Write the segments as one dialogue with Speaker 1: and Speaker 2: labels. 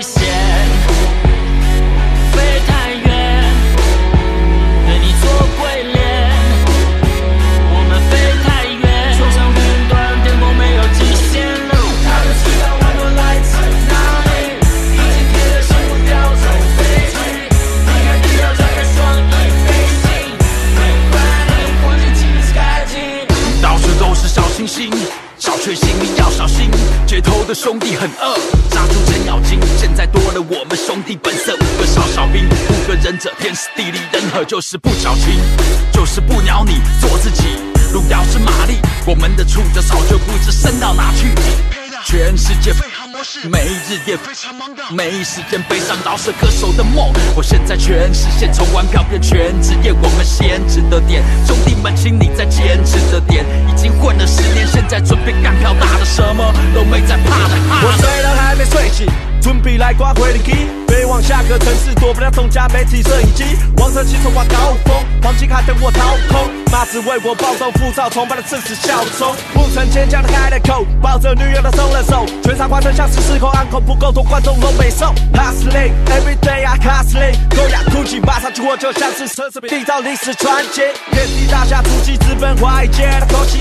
Speaker 1: 险，飞太远，对你做鬼脸。我们飞太远，冲向云端，天空没有极限。路，他们知道温暖来自哪里，已经贴着幸福叼走飞机。你看，你要张开双翼飞行，没关系，我已经开机。
Speaker 2: 到处都是小星星，小确幸你要小心。街头的兄弟很饿，杀猪程咬金。现在多了我们兄弟本色，五个少小兵，五个忍者，天时地利人和，就是不矫情，就是不鸟你，做自己。路遥知马力，我们的触角早就不知伸到哪去。全世界飞航模式，每日夜非常忙的，没时间悲伤饶舌歌手的梦。我现在全实现，从玩票变全职业，我们先值得点。兄弟们，请你再坚持着点，已经混了十年，现在准备干票大的，什么都没在怕的。哈
Speaker 3: 我虽然还没睡醒，准备来刮回灵机。飞往下个城市，躲不了总家媒体摄影机。王者骑手挂高峰，黄金卡等我掏空。妈子为我暴动，浮躁崇拜的正是效忠。不曾尖叫的开了口，抱着女友的松了手。全场观众像是失控，暗口不够多，观众都没送。Hustling every day I hustling，高雅突起马上出货，就像是奢侈品，缔造历史传奇。遍地大侠突击，直奔华尔街的口气。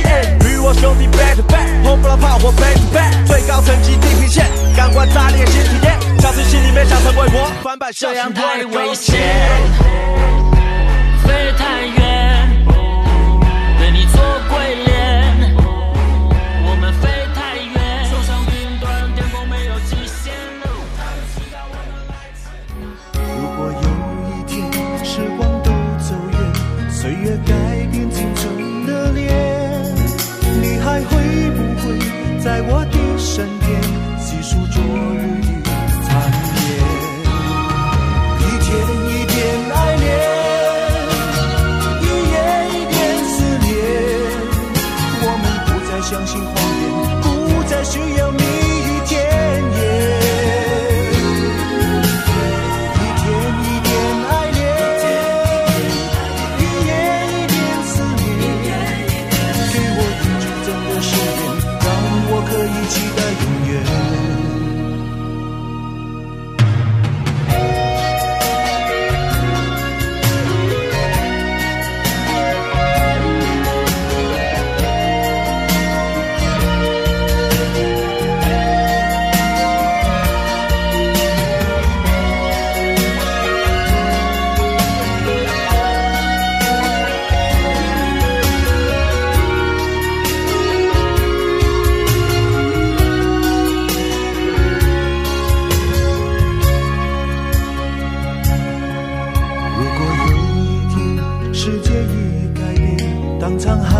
Speaker 3: 与我兄弟 back to back，轰不了炮火 back to back，最高层级地平线，感官炸裂新体验，小自心里面想成为我，翻版
Speaker 1: 这
Speaker 3: 这
Speaker 1: 样太危险，飞太远，对你做鬼脸。我们飞太远，冲上云端，天空没有极限。
Speaker 4: 如果有一天时光都走远，岁月改变青春的脸，你还会不会在我的身边细数昨日的残烟？一天一点爱恋，一夜一点思念，我们不再相信谎言，不再需要蜜语甜言。一天一点爱恋，一夜一点思念，给我一句真的誓言，让我可以期待永远。如果有一天世界已改变，当沧海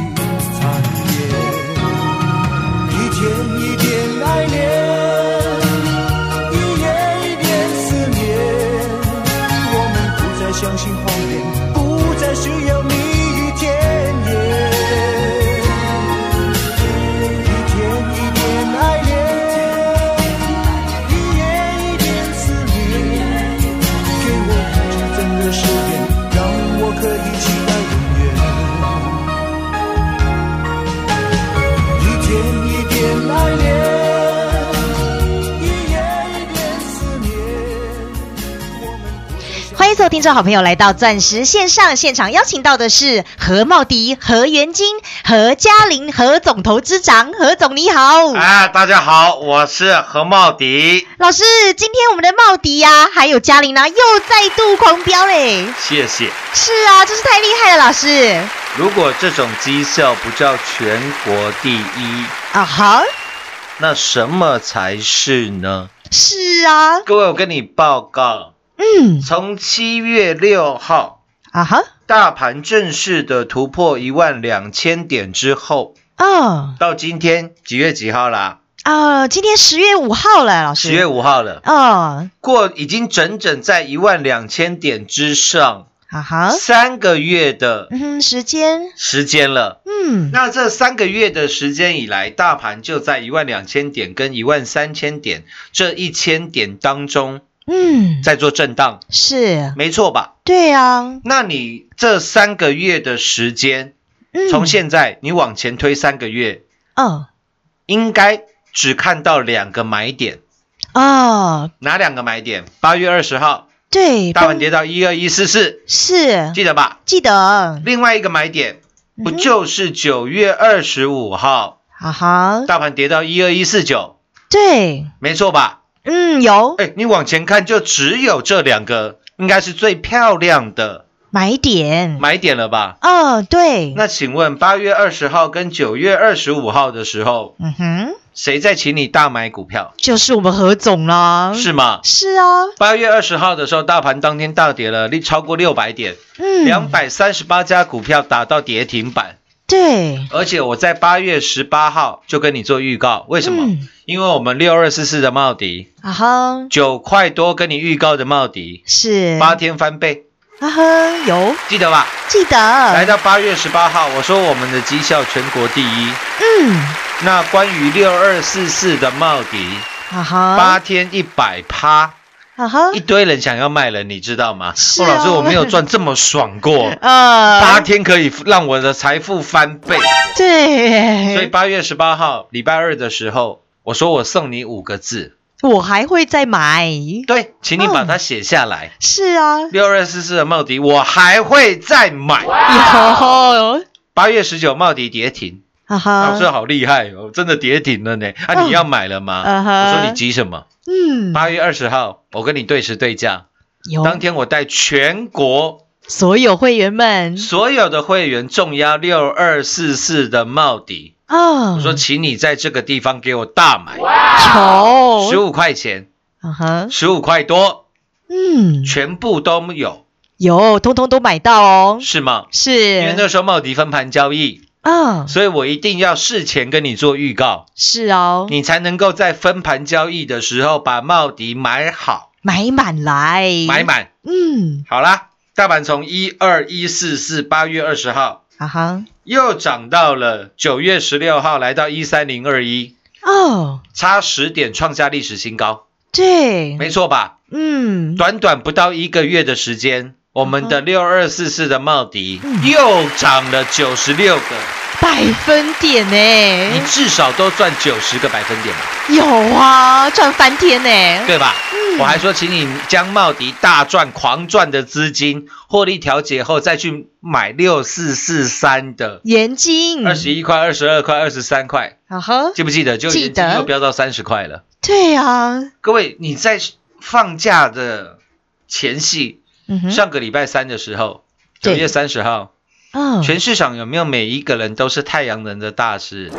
Speaker 4: 的残夜？一天一点爱恋，一夜一点思念。我们不再相信谎言，不再需要蜜语甜言。一天一点爱恋，一夜一点思念。给我一句真的誓言，让我可以期待永远。
Speaker 5: 各位听众好朋友，来到钻石线上现场，邀请到的是何茂迪、何元金、何嘉玲、何总投资长。何总你好，
Speaker 6: 啊，大家好，我是何茂迪，
Speaker 5: 老师，今天我们的茂迪呀、还有嘉玲呢、又再度狂飙嘞！
Speaker 6: 谢谢。
Speaker 5: 是啊，真是太厉害了，老师。
Speaker 6: 如果这种绩效不叫全国第一，
Speaker 5: 啊哈，
Speaker 6: 那什么才是呢？
Speaker 5: 是啊，
Speaker 6: 各位，我跟你报告，
Speaker 5: 嗯，
Speaker 6: 从七月六号
Speaker 5: 啊哈，
Speaker 6: 大盘正式的突破一万两千点之后，
Speaker 5: 哦，
Speaker 6: 到今天几月几号啦？
Speaker 5: 啊，今天十月五号了，老师。
Speaker 6: 十月五号了，
Speaker 5: 哦，
Speaker 6: 过已经整整在一万两千点之上
Speaker 5: 啊哈，
Speaker 6: 三个月的
Speaker 5: 嗯哼，时间，
Speaker 6: 时间了。
Speaker 5: 嗯，
Speaker 6: 那这三个月的时间以来，大盘就在一万两千点跟一万三千点这一千点当中
Speaker 5: 嗯，
Speaker 6: 在做震荡，
Speaker 5: 是，
Speaker 6: 没错吧？
Speaker 5: 对啊，
Speaker 6: 那你这三个月的时间，
Speaker 5: 嗯，
Speaker 6: 从，现在你往前推三个月，
Speaker 5: 哦，
Speaker 6: 应该只看到两个买点，
Speaker 5: 哦，
Speaker 6: 哪两个买点？八月二十号，
Speaker 5: 对，
Speaker 6: 大盘
Speaker 5: 崩
Speaker 6: 跌到一二一四四，
Speaker 5: 是
Speaker 6: 记得吧？
Speaker 5: 记得，
Speaker 6: 另外一个买点
Speaker 5: 嗯
Speaker 6: 不
Speaker 5: 哼
Speaker 6: 就是九月二十五号，
Speaker 5: 啊哈，
Speaker 6: 大盘跌到一二一四九，
Speaker 5: 对，
Speaker 6: 没错吧？
Speaker 5: 嗯，有
Speaker 6: 哎，你往前看，就只有这两个，应该是最漂亮的
Speaker 5: 买点，
Speaker 6: 买点了吧？
Speaker 5: 哦，对，
Speaker 6: 那请问八月二十号跟九月二十五号的时候，
Speaker 5: 嗯哼，
Speaker 6: 谁在请你大买股票？
Speaker 5: 就是我们何总啦，
Speaker 6: 是吗？
Speaker 5: 是啊，
Speaker 6: 八月二十号的时候，大盘当天大跌了，力超过六百点，
Speaker 5: 嗯，
Speaker 6: 两，百三十八家股票打到跌停板。
Speaker 5: 对，
Speaker 6: 而且我在八月十八号就跟你做预告，为什么？
Speaker 5: 嗯
Speaker 6: 因为我们六二四四的茂迪，
Speaker 5: 啊哈，
Speaker 6: 九块多跟你预告的茂迪，
Speaker 5: 是，
Speaker 6: 八天翻倍，
Speaker 5: 啊哈，有
Speaker 6: 记得吧？
Speaker 5: 记得，
Speaker 6: 来到八月十八号，我说我们的绩效全国第一。
Speaker 5: 嗯，
Speaker 6: 那关于六二四四的茂迪，
Speaker 5: 啊哈，
Speaker 6: 八天一百趴，
Speaker 5: 啊哈
Speaker 6: 一，堆人想要卖人，你知道吗？
Speaker 5: 是
Speaker 6: 哦，
Speaker 5: 啊，
Speaker 6: 老师，我没有赚这么爽过
Speaker 5: 呃，
Speaker 6: 八天可以让我的财富翻倍。
Speaker 5: 对，
Speaker 6: 所以八月十八号礼拜二的时候，我说我送你五个字，
Speaker 5: 我还会再买。
Speaker 6: 对，请你把它写下来。
Speaker 5: 是啊，
Speaker 6: 六二四四的茂迪，我还会再买。
Speaker 5: 哦有
Speaker 6: 八月十九茂迪跌停。
Speaker 5: 啊
Speaker 6: 老师
Speaker 5: 哈，
Speaker 6: 好厉害哦，真的跌停了呢。啊，
Speaker 5: 嗯
Speaker 6: 你要买了吗？
Speaker 5: 嗯哼
Speaker 6: 我说你急什么？
Speaker 5: 嗯，
Speaker 6: 八月二十号，我跟你对时对价。
Speaker 5: 有
Speaker 6: 当天我带全国
Speaker 5: 所有会员们
Speaker 6: 所有的会员重压六二四四的帽底，
Speaker 5: 啊，
Speaker 6: 我说请你在这个地方给我大买，十
Speaker 5: 有
Speaker 6: 五块钱，
Speaker 5: 啊哈，
Speaker 6: 十五块多，
Speaker 5: 嗯，
Speaker 6: 全部都有，
Speaker 5: 有，通通都买到哦，
Speaker 6: 是吗？因为
Speaker 5: 是
Speaker 6: 那时候茂迪分盘交易，
Speaker 5: 啊，
Speaker 6: 所以我一定要事前跟你做预告，
Speaker 5: 是哦，
Speaker 6: 你才能够在分盘交易的时候把茂迪买好，
Speaker 5: 买满来，
Speaker 6: 买，满。
Speaker 5: 嗯，
Speaker 6: 好啦，大盘从一二一四四八月二十号
Speaker 5: 啊哈，
Speaker 6: 又涨到了九月十六号，来到一三零二一，
Speaker 5: 哦，
Speaker 6: 差十点创下历史新高，
Speaker 5: 对，
Speaker 6: 没错吧？
Speaker 5: 嗯，
Speaker 6: 短短不到一个月的时间，我们的六二四四的茂迪
Speaker 5: 嗯
Speaker 6: 又涨了九十六个，
Speaker 5: 百分点
Speaker 6: 你
Speaker 5: 呢，
Speaker 6: 至少都赚九十个百分点吧，
Speaker 5: 有啊，赚翻天呢，
Speaker 6: 对吧？
Speaker 5: 嗯
Speaker 6: 我还说，请你将茂迪大赚狂赚的资金获利调节后，再去买六四四三的
Speaker 5: 盐金
Speaker 6: 二十一块、二十二块、二十三块，
Speaker 5: 啊哈，
Speaker 6: 记不记得？就
Speaker 5: 记
Speaker 6: 已
Speaker 5: 得
Speaker 6: 经又飙到三十块了。
Speaker 5: 对啊，
Speaker 6: 各位，你在放假的前夕，
Speaker 5: 嗯哼，
Speaker 6: 上个礼拜三的时候，九
Speaker 5: 对
Speaker 6: 月三十号，
Speaker 5: 嗯，
Speaker 6: 全市场有没有每一个人都是太阳能的大师？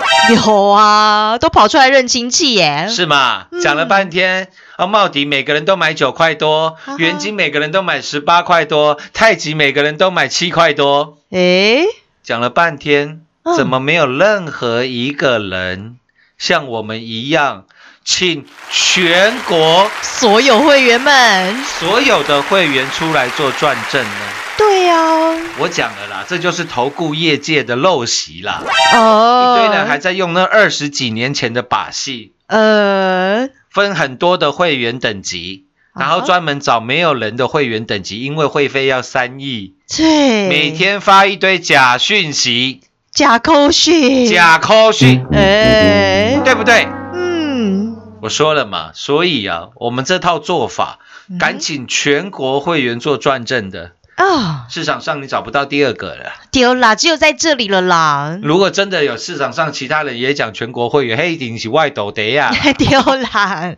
Speaker 5: 有啊，都跑出来认亲戚耶。
Speaker 6: 是吗？
Speaker 5: 嗯
Speaker 6: 讲了半天，啊，茂迪每个人都买九块多
Speaker 5: 哈，
Speaker 6: 元金每个人都买十八块多，太极每个人都买七块多，
Speaker 5: 诶，
Speaker 6: 讲了半天，
Speaker 5: 嗯
Speaker 6: 怎么没有任何一个人像我们一样，请全国
Speaker 5: 所有会员们，
Speaker 6: 所有的会员出来做转正呢？
Speaker 5: 对啊，
Speaker 6: 我讲了啦，这就是投顾业界的陋习啦。
Speaker 5: 哦，
Speaker 6: 一堆人还在用那二十几年前的把戏，
Speaker 5: 呃，
Speaker 6: 分很多的会员等级，然后
Speaker 5: 啊
Speaker 6: 专门找没有人的会员等级，因为会费要三亿，
Speaker 5: 对，
Speaker 6: 每天发一堆假讯息、
Speaker 5: 假扣讯，，嗯
Speaker 6: 假 call 讯，
Speaker 5: 诶，
Speaker 6: 对不对？
Speaker 5: 嗯，
Speaker 6: 我说了嘛，所以啊，我们这套做法，
Speaker 5: 嗯
Speaker 6: 赶紧全国会员做转正的，
Speaker 5: 啊，
Speaker 6: 市场上你找不到第二个了。
Speaker 5: 丢啦，只有在这里了啦，
Speaker 6: 如果真的有市场上其他人也讲全国会员，嘿，顶起外斗得 呀，
Speaker 5: 丢啦，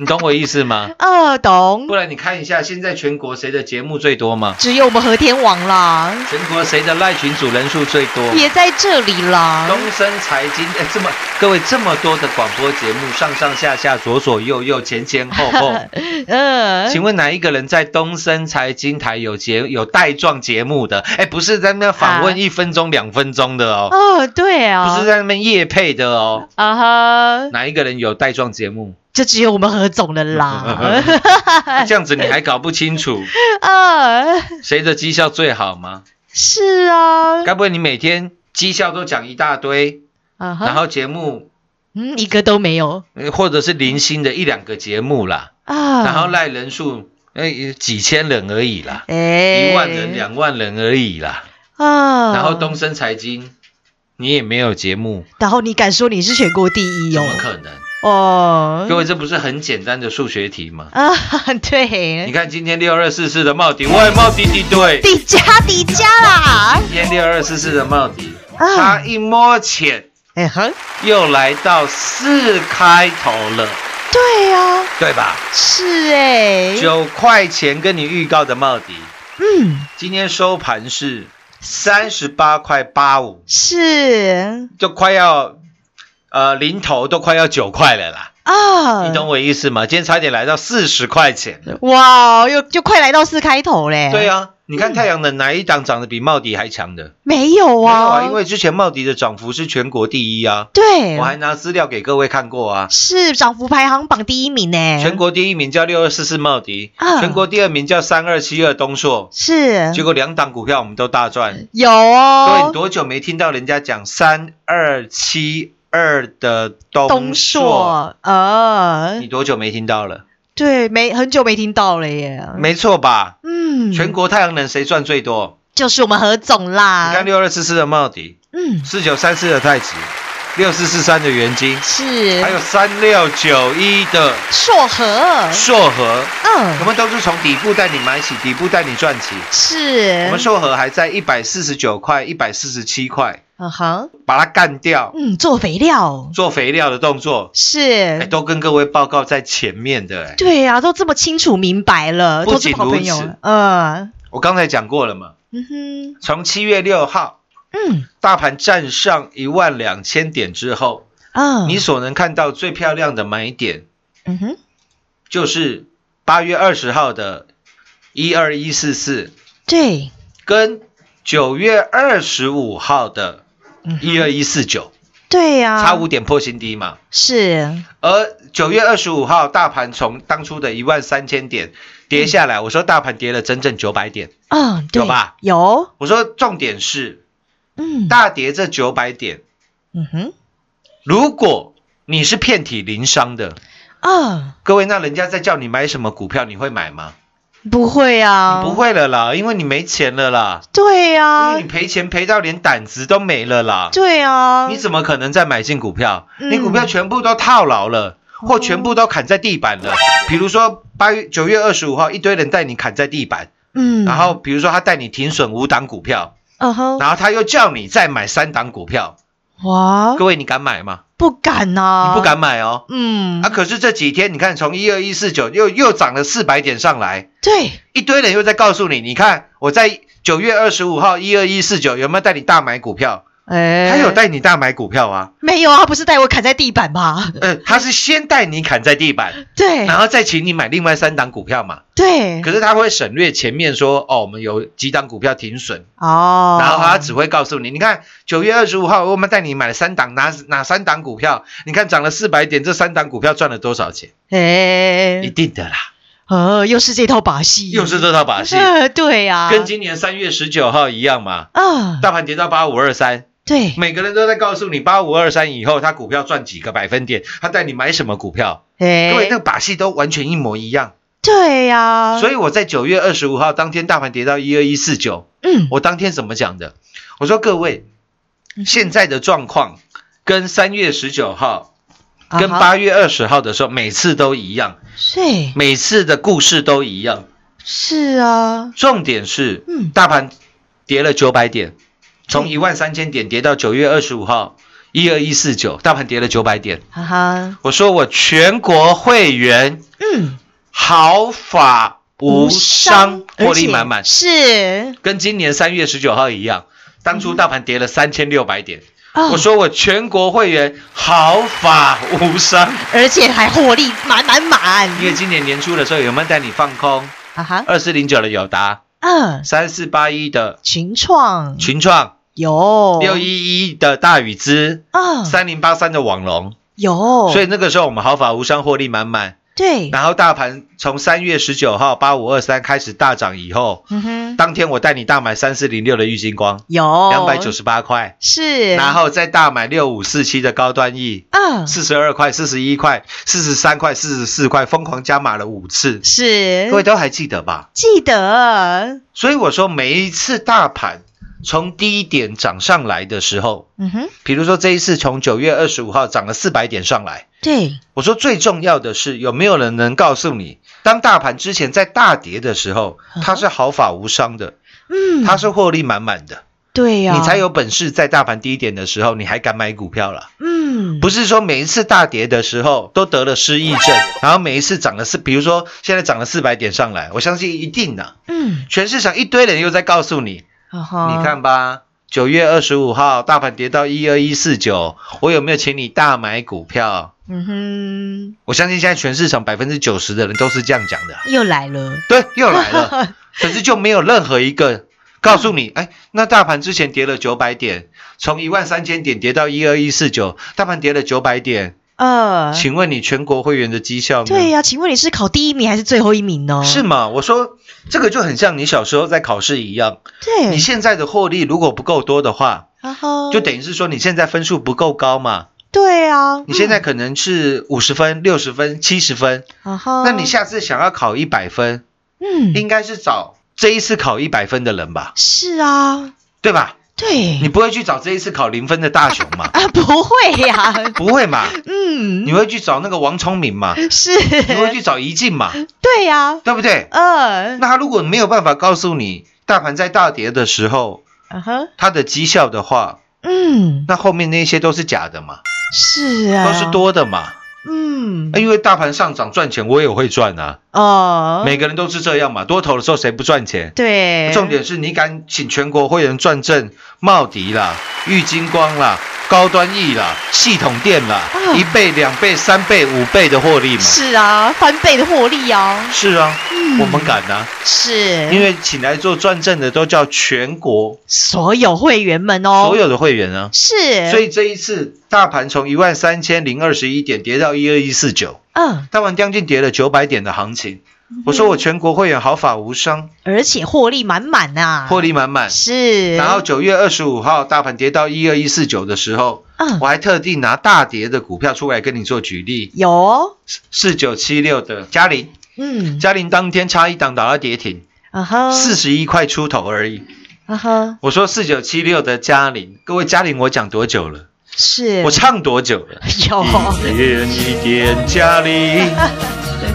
Speaker 6: 你懂我意思吗？
Speaker 5: 哦，懂
Speaker 6: 不，然你看一下，现在全国谁的节目最多吗？
Speaker 5: 只有我们和天王啦，
Speaker 6: 全国谁的赖群主人数最多？
Speaker 5: 也在这里啦，
Speaker 6: 东森财经，哎，这么各位这么多的广播节目，上上下下、左左右右、前前后后，
Speaker 5: 嗯，
Speaker 6: 请问哪一个人在东森财经台有节有带状节目的？哎，不是在那边访
Speaker 5: 啊
Speaker 6: 问一分钟、两分钟的哦，
Speaker 5: 哦，对啊，
Speaker 6: 不是在那边夜配的 哦。
Speaker 5: 啊哈，
Speaker 6: 哪一个人有带状节目？
Speaker 5: 就只有我们何总了
Speaker 6: 嗯
Speaker 5: 啦，
Speaker 6: 这样子你还搞不 清楚
Speaker 5: 啊，
Speaker 6: 谁的绩效最好吗？
Speaker 5: 是啊，
Speaker 6: 该不会你每天绩效都讲一大堆，
Speaker 5: 啊
Speaker 6: 然
Speaker 5: 哈，
Speaker 6: 后节目
Speaker 5: 嗯，一个都没有
Speaker 6: 呃或者是零星的一两个节目啦，
Speaker 5: 啊，
Speaker 6: 然后赖人数哎几千人而已啦，
Speaker 5: 哎，
Speaker 6: 一万人、两万人而已啦。
Speaker 5: 啊，
Speaker 6: 然后东，森财经，你也没有节目，
Speaker 5: 然后你敢说你是全国第一
Speaker 6: 怎
Speaker 5: 哦
Speaker 6: 么？可能？
Speaker 5: 哦，
Speaker 6: 各位，这不是很简单的数学题吗？
Speaker 5: 啊，
Speaker 6: 你
Speaker 5: 对，
Speaker 6: 看今天六二四四的茂迪，喂，茂迪敌对，
Speaker 5: 底加底加啦，
Speaker 6: 今天六二四四的茂迪，
Speaker 5: 啊
Speaker 6: 它一摸钱
Speaker 5: 哎哼，
Speaker 6: 又来到四开头了，
Speaker 5: 对啊，
Speaker 6: 对吧？
Speaker 5: 是哎，
Speaker 6: 九块钱跟你预告的茂迪，
Speaker 5: 嗯，
Speaker 6: 今天收盘是三十八块八五，
Speaker 5: 是
Speaker 6: 就快要呃零头都快要九块了啦。
Speaker 5: 啊，
Speaker 6: 你懂我意思吗？今天差点来到四十块钱。
Speaker 5: 哇，又就快来到四开头嘞，
Speaker 6: 对，啊，你看太阳能哪一档涨得比茂迪还强的？
Speaker 5: 没有
Speaker 6: 没有
Speaker 5: 啊，
Speaker 6: 啊，因为之前茂迪的涨幅是全国第一啊，
Speaker 5: 对
Speaker 6: 我，还拿资料给各位看过啊。
Speaker 5: 是涨幅排行榜第一名呢，
Speaker 6: 全国第一名叫六二四四茂迪，
Speaker 5: 啊
Speaker 6: 全国第二名叫三二七二东硕，
Speaker 5: 是
Speaker 6: 结果两档股票我们都大赚。
Speaker 5: 有
Speaker 6: 各位，你
Speaker 5: 哦，
Speaker 6: 多久没听到人家讲三二七二的东
Speaker 5: 东
Speaker 6: 硕？
Speaker 5: 硕，呃
Speaker 6: 你，多久没听到了？
Speaker 5: 对，没很久没听到了耶，
Speaker 6: 没错吧？
Speaker 5: 嗯，
Speaker 6: 全国太阳能谁赚最多？
Speaker 5: 就是我们何总
Speaker 6: 你看
Speaker 5: 啦，
Speaker 6: 六二四四的茂迪，
Speaker 5: 嗯，
Speaker 6: 四九三四的太极，六四四三的元金，
Speaker 5: 是，
Speaker 6: 还有三六九一的
Speaker 5: 硕和，
Speaker 6: 硕和，我
Speaker 5: 嗯，
Speaker 6: 们都是从底部带你买起，底部带你赚起。
Speaker 5: 是嗯
Speaker 6: 我，们硕和还在一百四十九块、一百四十七块，
Speaker 5: 嗯哼，
Speaker 6: 把它干掉，
Speaker 5: 嗯，做肥料
Speaker 6: 做肥料的动作，哎，
Speaker 5: 是，
Speaker 6: 都跟各位报告在前面的。哎，
Speaker 5: 对呀、啊，都这么清楚明白了，
Speaker 6: 不
Speaker 5: 都是
Speaker 6: 仅
Speaker 5: 好
Speaker 6: 如
Speaker 5: 朋友
Speaker 6: 此
Speaker 5: 了，嗯，
Speaker 6: 我刚才讲过了嘛，
Speaker 5: 嗯哼，
Speaker 6: 从七月六号
Speaker 5: 嗯，
Speaker 6: 大盘站上一万两千点之后，
Speaker 5: 啊，
Speaker 6: 你，所能看到最漂亮的买点
Speaker 5: 嗯哼，
Speaker 6: 就是八月二十号的一二一四四
Speaker 5: 对，
Speaker 6: 跟九月二十五号的
Speaker 5: 嗯哼
Speaker 6: 一二一四九，
Speaker 5: 对呀、啊，
Speaker 6: 差五点破新低嘛。
Speaker 5: 是，
Speaker 6: 而九月二十五号大盘从当初的一万三千点跌下来，我说大盘跌了整整九百点，
Speaker 5: 嗯，对
Speaker 6: 有吧？
Speaker 5: 有，
Speaker 6: 我说重点是
Speaker 5: 嗯，
Speaker 6: 大跌这九百点，
Speaker 5: 嗯哼，
Speaker 6: 如果你是遍体鳞伤的，
Speaker 5: 啊，
Speaker 6: 各位，那人家在叫你买什么股票，你会买吗？
Speaker 5: 不会啊，
Speaker 6: 你不，会嗯了啦，因为你没钱了啦。
Speaker 5: 对呀、
Speaker 6: 因
Speaker 5: 啊
Speaker 6: 为你，赔钱赔到连胆子都没了啦。
Speaker 5: 对啊，
Speaker 6: 你怎么可能再买进股票？
Speaker 5: 嗯哦
Speaker 6: 你股票全部都套牢了，或全部都砍在地板了。比如说八月九月二十五号，一堆人带你砍在地板，
Speaker 5: 嗯，
Speaker 6: 然后比如说他带你停损五档股票，
Speaker 5: 嗯哼，
Speaker 6: 然后他又叫你再买三档股票。
Speaker 5: 哇哦
Speaker 6: 各，位，你敢买吗？
Speaker 5: 不敢呐、
Speaker 6: 你不敢，买哦。
Speaker 5: 嗯，
Speaker 6: 啊，可是这几天你看，从一二一四九又又涨了四百点上来，
Speaker 5: 对，
Speaker 6: 一堆人又在告诉你，你看我在九月二十五号一二一四九有没有带你大买股票？
Speaker 5: 哎，
Speaker 6: 他有带你大买股票啊，
Speaker 5: 没有啊？他不是带我砍在地板 吗？
Speaker 6: 呃，他是先带你砍在地板，
Speaker 5: 对
Speaker 6: 然后再请你买另外三档股票嘛。
Speaker 5: 对，
Speaker 6: 可是他会省略前面说，哦，我们有几档股票停损，
Speaker 5: 哦，
Speaker 6: 然后他只会告诉你，你看九月二十五号哦我们带你买了三档哪哪三档股票，你看涨了四百点，这三档股票赚了多少钱？一
Speaker 5: 哎，
Speaker 6: 定的啦，
Speaker 5: 呃，又是这套把戏，
Speaker 6: 又是这套 把戏，
Speaker 5: 呃，对呀、啊，
Speaker 6: 跟今年三月十九号一样嘛。
Speaker 5: 啊，
Speaker 6: 大盘跌到八五二三，
Speaker 5: 对，
Speaker 6: 每个人都在告诉你八五二三以后，他股票赚几个百分点，他带你买什么股票，
Speaker 5: 哎，
Speaker 6: 各位那个把戏都完全一模一样。
Speaker 5: 对啊呀、
Speaker 6: 所以我在九月二十五号当天，大盘跌到一二一四九，
Speaker 5: 嗯，
Speaker 6: 我当天怎么讲的？我说各位
Speaker 5: 嗯，
Speaker 6: 现在的状况跟三月十九号
Speaker 5: 啊哈
Speaker 6: 跟八月二十号的时候每次都一样，
Speaker 5: 是
Speaker 6: 每次的故事都一样。
Speaker 5: 是啊，
Speaker 6: 重点是，
Speaker 5: 嗯
Speaker 6: 大盘跌了九百点，从一万三千点跌到九月二十五号一二一四九，大盘跌了九百点。
Speaker 5: 哈啊哈，
Speaker 6: 我说我全国会员
Speaker 5: 嗯，
Speaker 6: 毫发无伤，获利满满
Speaker 5: 而且，是
Speaker 6: 跟今年三月十九号一样。当初大盘跌了三千六百点，
Speaker 5: 啊
Speaker 6: 我说我全国会员毫发无伤，
Speaker 5: 而且还获利满满满，
Speaker 6: 因为今年年初的时候有没有带你放空？
Speaker 5: 啊哈，
Speaker 6: 二四零九的友达，
Speaker 5: 嗯，
Speaker 6: 三四八一的
Speaker 5: 群创
Speaker 6: 群创，
Speaker 5: 有
Speaker 6: 六一一的大宇资，
Speaker 5: 啊，
Speaker 6: 三零八三的网龙，
Speaker 5: 有，
Speaker 6: 所以那个时候我们毫发无伤，获利满满。
Speaker 5: 哦对，
Speaker 6: 然后大盘从三月十九号八五二三开始大涨以后，
Speaker 5: 嗯哼，
Speaker 6: 当天我带你大买三四零六的玉金光，
Speaker 5: 有
Speaker 6: 两百九十八块，
Speaker 5: 是，
Speaker 6: 然后再大买六五四七的高端 E，
Speaker 5: 嗯
Speaker 6: 四十二块、四十一块、四十三块、四十四块，疯狂加码了五次，
Speaker 5: 是
Speaker 6: 各位都还记得吧？
Speaker 5: 记得，
Speaker 6: 所以我说每一次大盘从低点涨上来的时候，
Speaker 5: 嗯哼，
Speaker 6: 比如说这一次从九月二十五号涨了四百点上来，
Speaker 5: 对，
Speaker 6: 我说最重要的是有没有人能告诉你，当大盘之前在大跌的时候，它是毫发无伤的，
Speaker 5: 嗯，
Speaker 6: 它是获利满满的。
Speaker 5: 对啊呀，
Speaker 6: 你才有本事在大盘低点的时候，你还敢买股票了？
Speaker 5: 嗯，
Speaker 6: 不是说每一次大跌的时候都得了失忆症，然后每一次涨了四，比如说现在涨了四百点上来，我相信一定的、
Speaker 5: 嗯，
Speaker 6: 全市场一堆人又在告诉你，
Speaker 5: 啊哈，
Speaker 6: 你看吧，九月二十五号大盘跌到一二一四九，我有没有请你大买股票？
Speaker 5: 嗯
Speaker 6: 我相信现在全市场百分之九十的人都是这样讲的，
Speaker 5: 哼，又来了，
Speaker 6: 对，又 来了。可是就没有任何一个告诉你，哎，那大盘之前跌了九百点，从一万三千点跌到一二一四九，大盘跌了九百点，
Speaker 5: 呃，
Speaker 6: 请问你全国会员的绩效呢？
Speaker 5: 对呀，请问你是考第一名还是最后一名呢？
Speaker 6: 是吗？我说这个就很像你小时候在考试一样，
Speaker 5: 对
Speaker 6: 你，现在的获利如果不够多的话，
Speaker 5: 啊哈，
Speaker 6: 就等于是说你现在分数不够高嘛，
Speaker 5: 对啊，
Speaker 6: 你现在可能是五十分、六十分、七十分，
Speaker 5: 嗯啊哈，
Speaker 6: 那你下次想要考一百分，
Speaker 5: 嗯
Speaker 6: 应该是找这一次考一百分的人吧，
Speaker 5: 是啊，
Speaker 6: 对吧？
Speaker 5: 对，
Speaker 6: 你不会去找这一次考零分的大雄嘛？
Speaker 5: 啊不会呀，
Speaker 6: 不会嘛？
Speaker 5: 嗯，
Speaker 6: 你会去找那个王聪明嘛？
Speaker 5: 是，
Speaker 6: 你会去找怡静嘛？
Speaker 5: 对呀，
Speaker 6: 对不对？
Speaker 5: 呃，
Speaker 6: 那他如果没有办法告诉你大盘在大跌的时候
Speaker 5: 啊哈，
Speaker 6: 它的绩效的话，
Speaker 5: 嗯，
Speaker 6: 那后面那些都是假的嘛，
Speaker 5: 是啊，
Speaker 6: 都是，多哎的嘛。啊
Speaker 5: 嗯
Speaker 6: 那，因为大盘上涨赚钱，我也会赚啊。
Speaker 5: 哦，
Speaker 6: 每个人都是这样嘛，多头的时候谁不赚钱？
Speaker 5: 对，
Speaker 6: 重点是你敢请全国会员转正茂迪啦、玉金光啦、高端 E 啦、系统店啦，
Speaker 5: 啊
Speaker 6: 一倍、两倍、三倍、五倍的获利嘛？
Speaker 5: 是啊，翻倍的获利哦，
Speaker 6: 是啊，
Speaker 5: 嗯哎
Speaker 6: 我们敢呐、
Speaker 5: 是，
Speaker 6: 因为请来做转正的都叫全国
Speaker 5: 所有会员们哦，哎
Speaker 6: 所有的会员啊。
Speaker 5: 是，
Speaker 6: 所以这一次大盘从一万三千零二十一点跌到一二一四九，
Speaker 5: 嗯，
Speaker 6: 大盘将近跌了九百点的行情。我说我全国会员毫发无伤，
Speaker 5: 而且获利满满呐，
Speaker 6: 获利满满。
Speaker 5: 是，
Speaker 6: 然后九月二十五号大盘跌到一二一四九的时候，
Speaker 5: 嗯
Speaker 6: 我还特地拿大跌的股票出来跟你做举例，
Speaker 5: 有哦，
Speaker 6: 四九七六的嘉玲，
Speaker 5: 嗯，
Speaker 6: 嘉玲当天差一档打到跌停，
Speaker 5: 啊哈，
Speaker 6: 四，十一块出头而已。
Speaker 5: 啊哈，
Speaker 6: 我说四九七六的嘉玲，各位嘉玲，我讲多久了？
Speaker 5: 是，
Speaker 6: 我唱多久了？
Speaker 5: 有，
Speaker 6: 一天一点 嘉玲，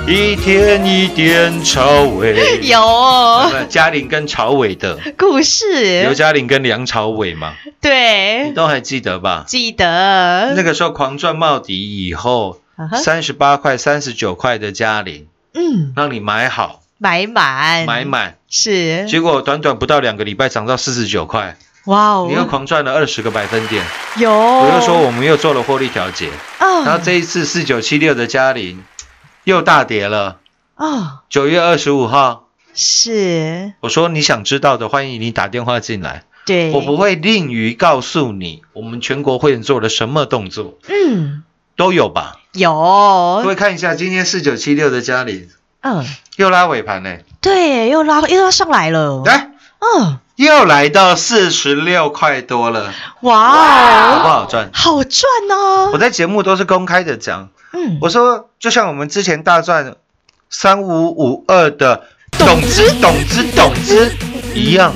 Speaker 6: 一天一点朝伟，
Speaker 5: 有哦
Speaker 6: 呃嘉玲跟朝伟的，
Speaker 5: 故
Speaker 6: 刘
Speaker 5: 事，
Speaker 6: 嘉玲跟梁朝伟嘛，你
Speaker 5: 对，
Speaker 6: 都还记得吧？
Speaker 5: 记得
Speaker 6: 那个时候狂赚茂迪以后，
Speaker 5: 嗯啊哈，
Speaker 6: 三十八块、三十九块的嘉玲，
Speaker 5: 嗯，
Speaker 6: 让你买好
Speaker 5: 买满，
Speaker 6: 买满，
Speaker 5: 是，
Speaker 6: 结果短短不到两个礼拜涨到四十九块，
Speaker 5: 哇哦，
Speaker 6: 你又狂赚了二十个百分点。
Speaker 5: 有，
Speaker 6: 我又说我们又做了获利调节，
Speaker 5: 嗯，
Speaker 6: 然后这一次四九七六的嘉玲又大跌了。
Speaker 5: 哦，
Speaker 6: 九月二十五号，
Speaker 5: 是，
Speaker 6: 我说你想知道的，欢迎你打电话进来，
Speaker 5: 对，
Speaker 6: 我不会吝于告诉你我们全国会员做了什么动作，
Speaker 5: 嗯，
Speaker 6: 都有吧？
Speaker 5: 有，哦
Speaker 6: 各位看一下今天四九七六的嘉玲
Speaker 5: 嗯，
Speaker 6: 又拉尾盘嘞、
Speaker 5: 对，又拉又要上来了，
Speaker 6: 来，
Speaker 5: 嗯，
Speaker 6: 又来到四十六块多了，
Speaker 5: 哇
Speaker 6: 好
Speaker 5: 哦，
Speaker 6: 不好赚？
Speaker 5: 好赚
Speaker 6: 我
Speaker 5: 哦，
Speaker 6: 在节目都是公开的讲，
Speaker 5: 嗯，
Speaker 6: 我说就像我们之前大赚三五五二的
Speaker 5: 董
Speaker 6: 之董之董之一样，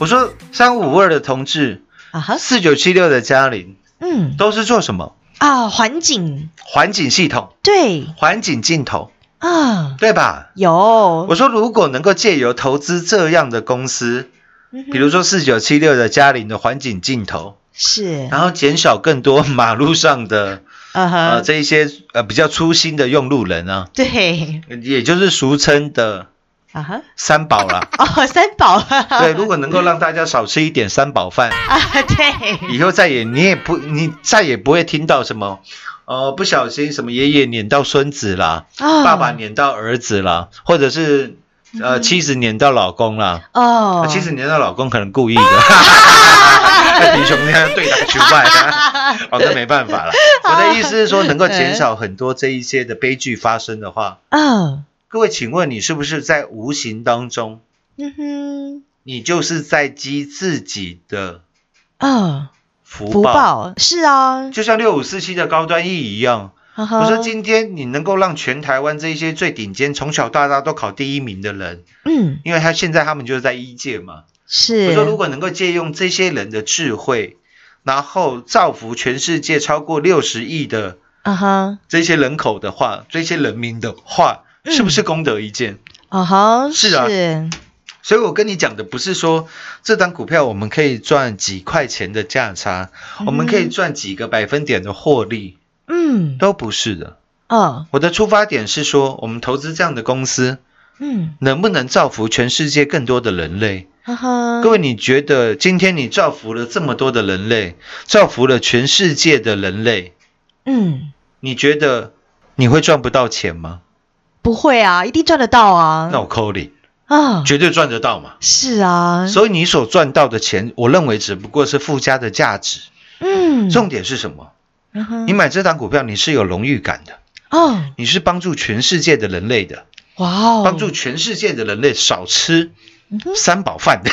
Speaker 6: 我说三五二的同志，
Speaker 5: 啊哈，
Speaker 6: 四九七六的嘉玲
Speaker 5: 嗯，
Speaker 6: 都是做什么？
Speaker 5: 啊，环境
Speaker 6: 环景系统、
Speaker 5: 对
Speaker 6: 环景镜头，
Speaker 5: 啊，
Speaker 6: 对吧？
Speaker 5: 有，
Speaker 6: 我说，如果能够借由投资这样的公
Speaker 5: 嗯
Speaker 6: 司，比如说四九七六的嘉陵的环景镜头，
Speaker 5: 是，
Speaker 6: 然后减少更多马路上的
Speaker 5: 嗯
Speaker 6: 呃
Speaker 5: 哼，
Speaker 6: 这一些呃比较粗心的用路人啊，
Speaker 5: 对，
Speaker 6: 也就是俗称的
Speaker 5: 啊哈，。
Speaker 6: 三宝啦
Speaker 5: 哦，三宝，
Speaker 6: 对，如果能够让大家少吃一点三宝饭，
Speaker 5: 啊， 对，
Speaker 6: 以后再也你也不你再也不会听到什么，呃，不小心什么爷爷撵到孙子啦，
Speaker 5: 哦
Speaker 6: 爸爸撵到儿子啦，或者是呃妻子撵到老公啦，呃
Speaker 5: 哦，
Speaker 6: 妻子撵到老公可能故意的，哎那贫穷那样对打去外，哦，那没办法了。我的意思是说，能够减少很多这一些的悲剧发生的话，
Speaker 5: 嗯，
Speaker 6: 各位，请问你是不是在无形当中，
Speaker 5: 嗯哼，
Speaker 6: 你就是在积自己的
Speaker 5: 嗯，
Speaker 6: 福
Speaker 5: 福
Speaker 6: 报？
Speaker 5: 报是啊，嗯
Speaker 6: 就像六五四七的高端 E 一样，
Speaker 5: 我
Speaker 6: 我说今天你能够让全台湾这一些最顶尖、从小到大都考第一名的人，
Speaker 5: 嗯
Speaker 6: 因为他现在他们就是在一届嘛。我
Speaker 5: 是
Speaker 6: 说，如果能够借用这些人的智慧，然后造福全世界超过六十亿的
Speaker 5: 啊哈
Speaker 6: 这些人口的话，这些人民的话，
Speaker 5: 嗯
Speaker 6: 是不是功德一件？
Speaker 5: 啊哈
Speaker 6: 是啊所以我跟你讲的不是说这档股票我们可以赚几块钱的价差，我们可以赚几个百分点的获利，
Speaker 5: 嗯
Speaker 6: 都不是的。
Speaker 5: 哦
Speaker 6: 我的出发点是说，我们投资这样的公司，
Speaker 5: 嗯
Speaker 6: 能不能造福全世界更多的人类？
Speaker 5: 啊哈
Speaker 6: 各位，你觉得今天你造福了这么多的人类，造福了全世界的人类，
Speaker 5: 嗯
Speaker 6: 你觉得你会赚不到钱吗？
Speaker 5: 不会啊，一定赚得到啊
Speaker 6: 那我扣你，
Speaker 5: 啊
Speaker 6: 绝对赚得到嘛。
Speaker 5: 是啊，
Speaker 6: 所以你所赚到的钱，我认为只不过是附加的价值。
Speaker 5: 嗯
Speaker 6: 重点是什么？
Speaker 5: 嗯哼
Speaker 6: 你买这档股票，你是有荣誉感的，
Speaker 5: 哦
Speaker 6: 你是帮助全世界的人类的，
Speaker 5: 哇哦嗯
Speaker 6: 帮助全世界的人类少吃三宝饭的，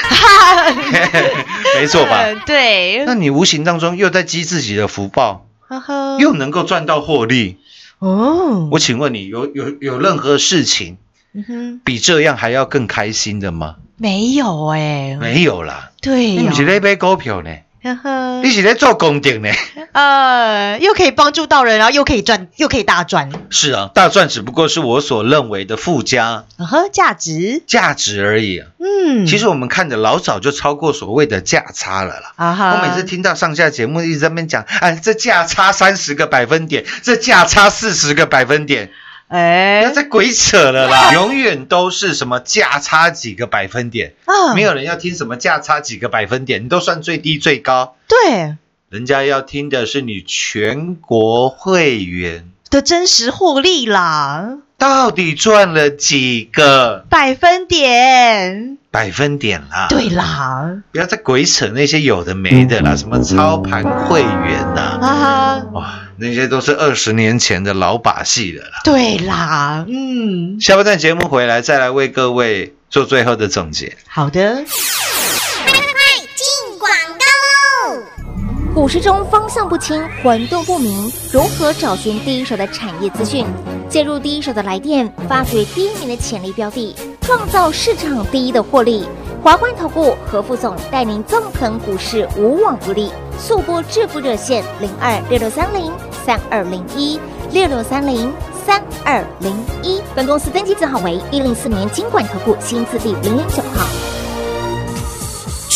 Speaker 6: 没错吧？
Speaker 5: 嗯对
Speaker 6: 那你无形当中又在积自己的福报，
Speaker 5: 啊哈
Speaker 6: 又能够赚到获利。
Speaker 5: 哦
Speaker 6: 我请问你，有有有任何事情
Speaker 5: 嗯哼
Speaker 6: 比这样还要更开心的吗？
Speaker 5: 没有哎
Speaker 6: 没有啦，
Speaker 5: 对
Speaker 6: 你
Speaker 5: 呀
Speaker 6: 不是在买股票呢，
Speaker 5: 啊哈
Speaker 6: 你是在做工顶呢。
Speaker 5: 呃又可以帮助到人，然后又可以赚又可以大赚
Speaker 6: 是啊，大赚只不过是我所认为的附加
Speaker 5: 啊哈价值
Speaker 6: 价值而已、啊。
Speaker 5: 嗯
Speaker 6: 其实我们看的老早就超过所谓的价差了啦。
Speaker 5: 啊哈
Speaker 6: 我每次听到上下节目一直在那边讲，哎，这价差三十个百分点，这价差四十个百分点，不
Speaker 5: 哎
Speaker 6: 要再鬼扯了啦！ 永远都是什么价差几个百分点，
Speaker 5: 啊
Speaker 6: 没有人要听什么价差几个百分点，你都算最低最高，
Speaker 5: 对
Speaker 6: 人家要听的是你全国会员
Speaker 5: 的真实获利啦，
Speaker 6: 到底赚了几个
Speaker 5: 百分点，
Speaker 6: 百分点啦。
Speaker 5: 对嗯啦，
Speaker 6: 不要再鬼扯那些有的没的啦，什么操盘会员呐、
Speaker 5: 啊，
Speaker 6: 哇，那些都是二十年前的老把戏了啦。
Speaker 5: 对啦，嗯，
Speaker 6: 下半段节目回来再来为各位做最后的总结。
Speaker 5: 好的，
Speaker 7: 进广告喽！股市中方向不清、混沌不明，如何找寻第一手的产业资讯，介入第一手的来电，发掘第一名的潜力标的，创造市场第一的获利？华冠投顾何副总带领纵横股市，无往不利。速播致富热线零二六六三零三二零一六六三零三二零一。本公司登记字号为一零四年经管投顾新字第零零九号。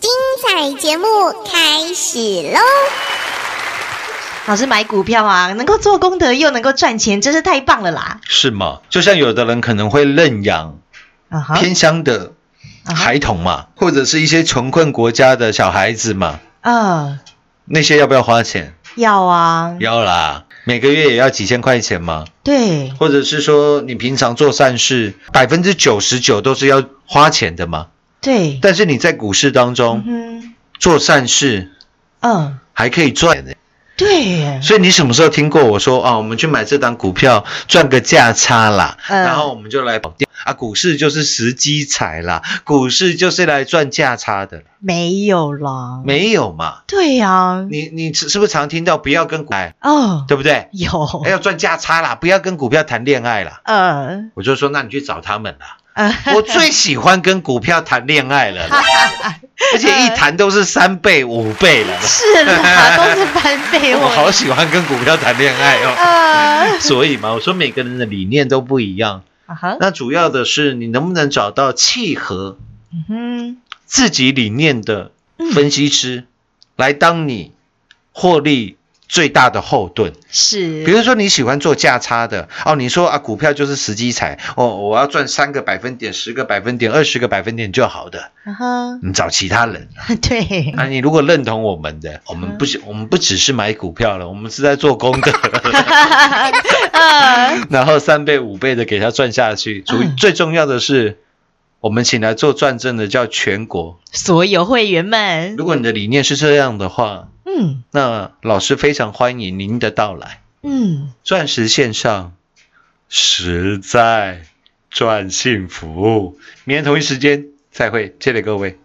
Speaker 7: 精彩节目开始喽！
Speaker 5: 老师买股票啊，能够做功德又能够赚钱，真是太棒了啦！
Speaker 6: 是吗？就像有的人可能会认养
Speaker 5: 啊哈，啊
Speaker 6: 偏乡的孩童嘛，或者是一些穷困国家的小孩子嘛，
Speaker 5: 啊，
Speaker 6: 那些要不要花钱？
Speaker 5: 要啊，
Speaker 6: 要啦，每个月也要几千块钱嘛。
Speaker 5: 对，
Speaker 6: 或者是说你平常做善事，百分之九十九都是要花钱的嘛。
Speaker 5: 对，
Speaker 6: 但是嗯你在股市当中、
Speaker 5: 嗯，
Speaker 6: 做善事
Speaker 5: 嗯，
Speaker 6: 还可以赚的，
Speaker 5: 对耶，
Speaker 6: 所以你什么时候听过我说啊，我们去买这档股票赚个价差啦，
Speaker 5: 嗯
Speaker 6: 然后我们就来保掉啊？股市就是时机财啦，股市就是来赚价差的，
Speaker 5: 没有啦，
Speaker 6: 没有嘛？
Speaker 5: 对呀、
Speaker 6: 你你是是不是常听到不要跟股哎，
Speaker 5: 哦，
Speaker 6: 对不哎对？
Speaker 5: 有，
Speaker 6: 还要赚价差啦，不要跟股票谈恋爱啦。
Speaker 5: 呃
Speaker 6: 我就说，那你去找他们 啦。
Speaker 5: 呃，
Speaker 6: 我最喜欢跟股票谈恋爱了 啦，而且一谈都是三倍、五 倍了啦。
Speaker 5: 是啦，都是翻倍
Speaker 6: 我
Speaker 5: 我
Speaker 6: 好喜欢跟股票谈恋爱 哦。
Speaker 5: 呃，
Speaker 6: 所以嘛，我说每个人的理念都不一样，
Speaker 5: 啊哈，
Speaker 6: 那主要的是你能不能找到契合
Speaker 5: 嗯哼，
Speaker 6: 自己理念的分析师，来当你获利最大的后盾。
Speaker 5: 是，
Speaker 6: 比如说你喜欢做价差的哦，你说啊股票就是时机财哦，我要赚三个百分点、十个百分点、二十个百分点就好的，
Speaker 5: 啊哈，
Speaker 6: 你找其他人。
Speaker 5: 嗯对，
Speaker 6: 啊，你如果认同我们的，我们不是我们不只是买股票了，我们是在做功德。啊
Speaker 5: 呃，
Speaker 6: 然后三倍五倍的给它赚下去。主、
Speaker 5: 嗯
Speaker 6: 最重要的是，我们请来做转正的叫全国。
Speaker 5: 所有会员们，
Speaker 6: 如果你的理念是这样的话，
Speaker 5: 嗯
Speaker 6: 那老师非常欢迎您的到来。
Speaker 5: 嗯，
Speaker 6: 钻石线上，实在赚幸福。明天同一时间再会，谢谢各位。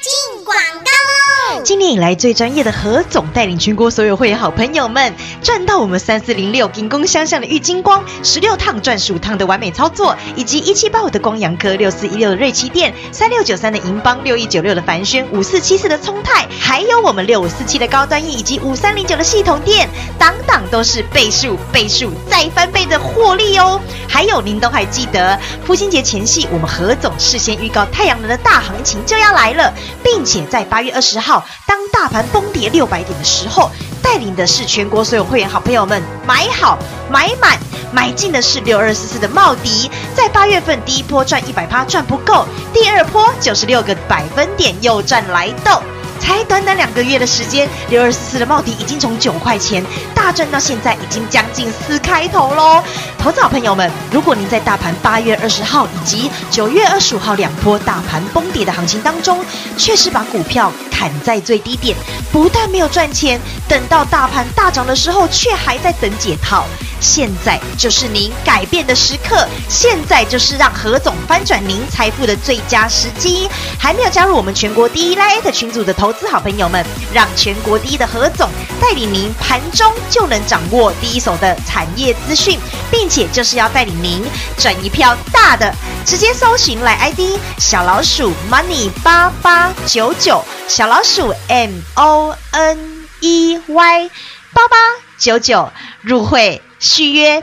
Speaker 7: 进广告喽！
Speaker 5: 今年以来最专业的何总带领全国所有会员好朋友们，赚到我们三四零六银工相向的郁金光十六趟赚十五趟的完美操作，以及一七八五的光阳科、六四一六的瑞奇店、三六九三的银邦、六一九六的凡轩、五四七四的聪泰，还有我们六五四七的高端 E 以及五三零九的系统店，档档都是倍数、倍数再翻倍的获利哦。还有您都还记得，父亲节前夕，我们何总事先预告太阳能的大行情就要来了，并且在八月二十号，当大盘崩跌六百点的时候，带领的是全国所有会员好朋友们买好、买满、买进的是六二四四的茂迪，在八月份第一波赚一百趴赚不够，第二波九十六个百分点又赚来豆。才短短两个月的时间，六二四四的茂迪已经从九块钱大赚到现在，已经将近四开头喽。投资好朋友们，如果您在大盘八月二十号以及九月二十五号两波大盘崩跌的行情当中，确实把股票砍在最低点，不但没有赚钱，等到大盘大涨的时候，却还在等解套。现在就是您改变的时刻，现在就是让何总翻转您财富的最佳时机。还没有加入我们全国第一 Lite 群组的投资好朋友们，让全国第一的何总带领您盘中就能掌握第一手的产业资讯，并且就是要带领您赚一票大的。直接搜寻来 ID 小老鼠 Money 八八九九，小老鼠 M O N E Y 八八九九入会续约。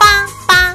Speaker 8: 八八